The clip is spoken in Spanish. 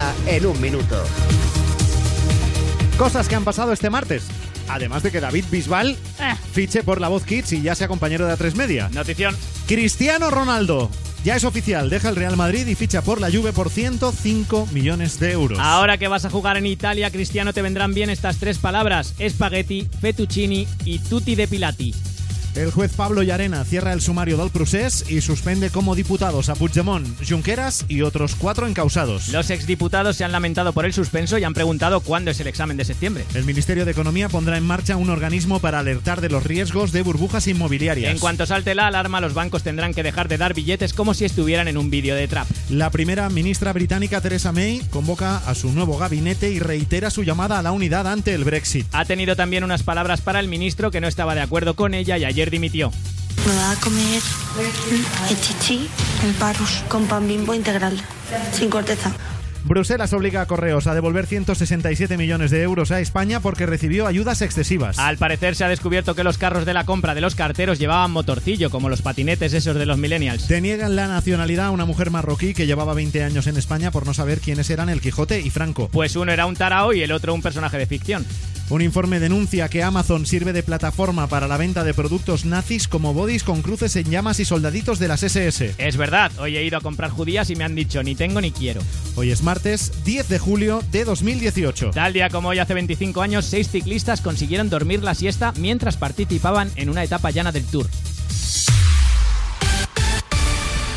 España en un minuto. Cosas que han pasado este martes. Además de que David Bisbal Eh. fiche por la voz Kids y ya sea compañero de A3 Media. Notición. Cristiano Ronaldo. Ya es oficial, deja el Real Madrid y ficha por la Juve por 105 millones de euros. Ahora que vas a jugar en Italia, Cristiano, te vendrán bien estas tres palabras: espagueti, fettuccini y tutti de pilati. El juez Pablo Llarena cierra el sumario del procés y suspende como diputados a Puigdemont, Junqueras y otros cuatro encausados. Los exdiputados se han lamentado por el suspenso y han preguntado cuándo es el examen de septiembre. El Ministerio de Economía pondrá en marcha un organismo para alertar de los riesgos de burbujas inmobiliarias. En cuanto salte la alarma, los bancos tendrán que dejar de dar billetes como si estuvieran en un vídeo de trap. La primera ministra británica Theresa May convoca a su nuevo gabinete y reitera su llamada a la unidad ante el Brexit. Ha tenido también unas palabras para el ministro que no estaba de acuerdo con ella y ayer dimitió. Me va a comer el chichi, el parus, con pan bimbo integral, sin corteza. Bruselas obliga a Correos a devolver 167 millones de euros a España porque recibió ayudas excesivas. Al parecer se ha descubierto que los carros de la compra de los carteros llevaban motorcillo, como los patinetes esos de los millennials. Te niegan la nacionalidad a una mujer marroquí que llevaba 20 años en España por no saber quiénes eran el Quijote y Franco. Pues uno era un tarao y el otro un personaje de ficción. Un informe denuncia que Amazon sirve de plataforma para la venta de productos nazis como bodys con cruces en llamas y soldaditos de las SS. Es verdad, hoy he ido a comprar judías y me han dicho ni tengo ni quiero. Hoy es martes 10 de julio de 2018. Tal día como hoy, hace 25 años, seis ciclistas consiguieron dormir la siesta mientras participaban en una etapa llana del Tour.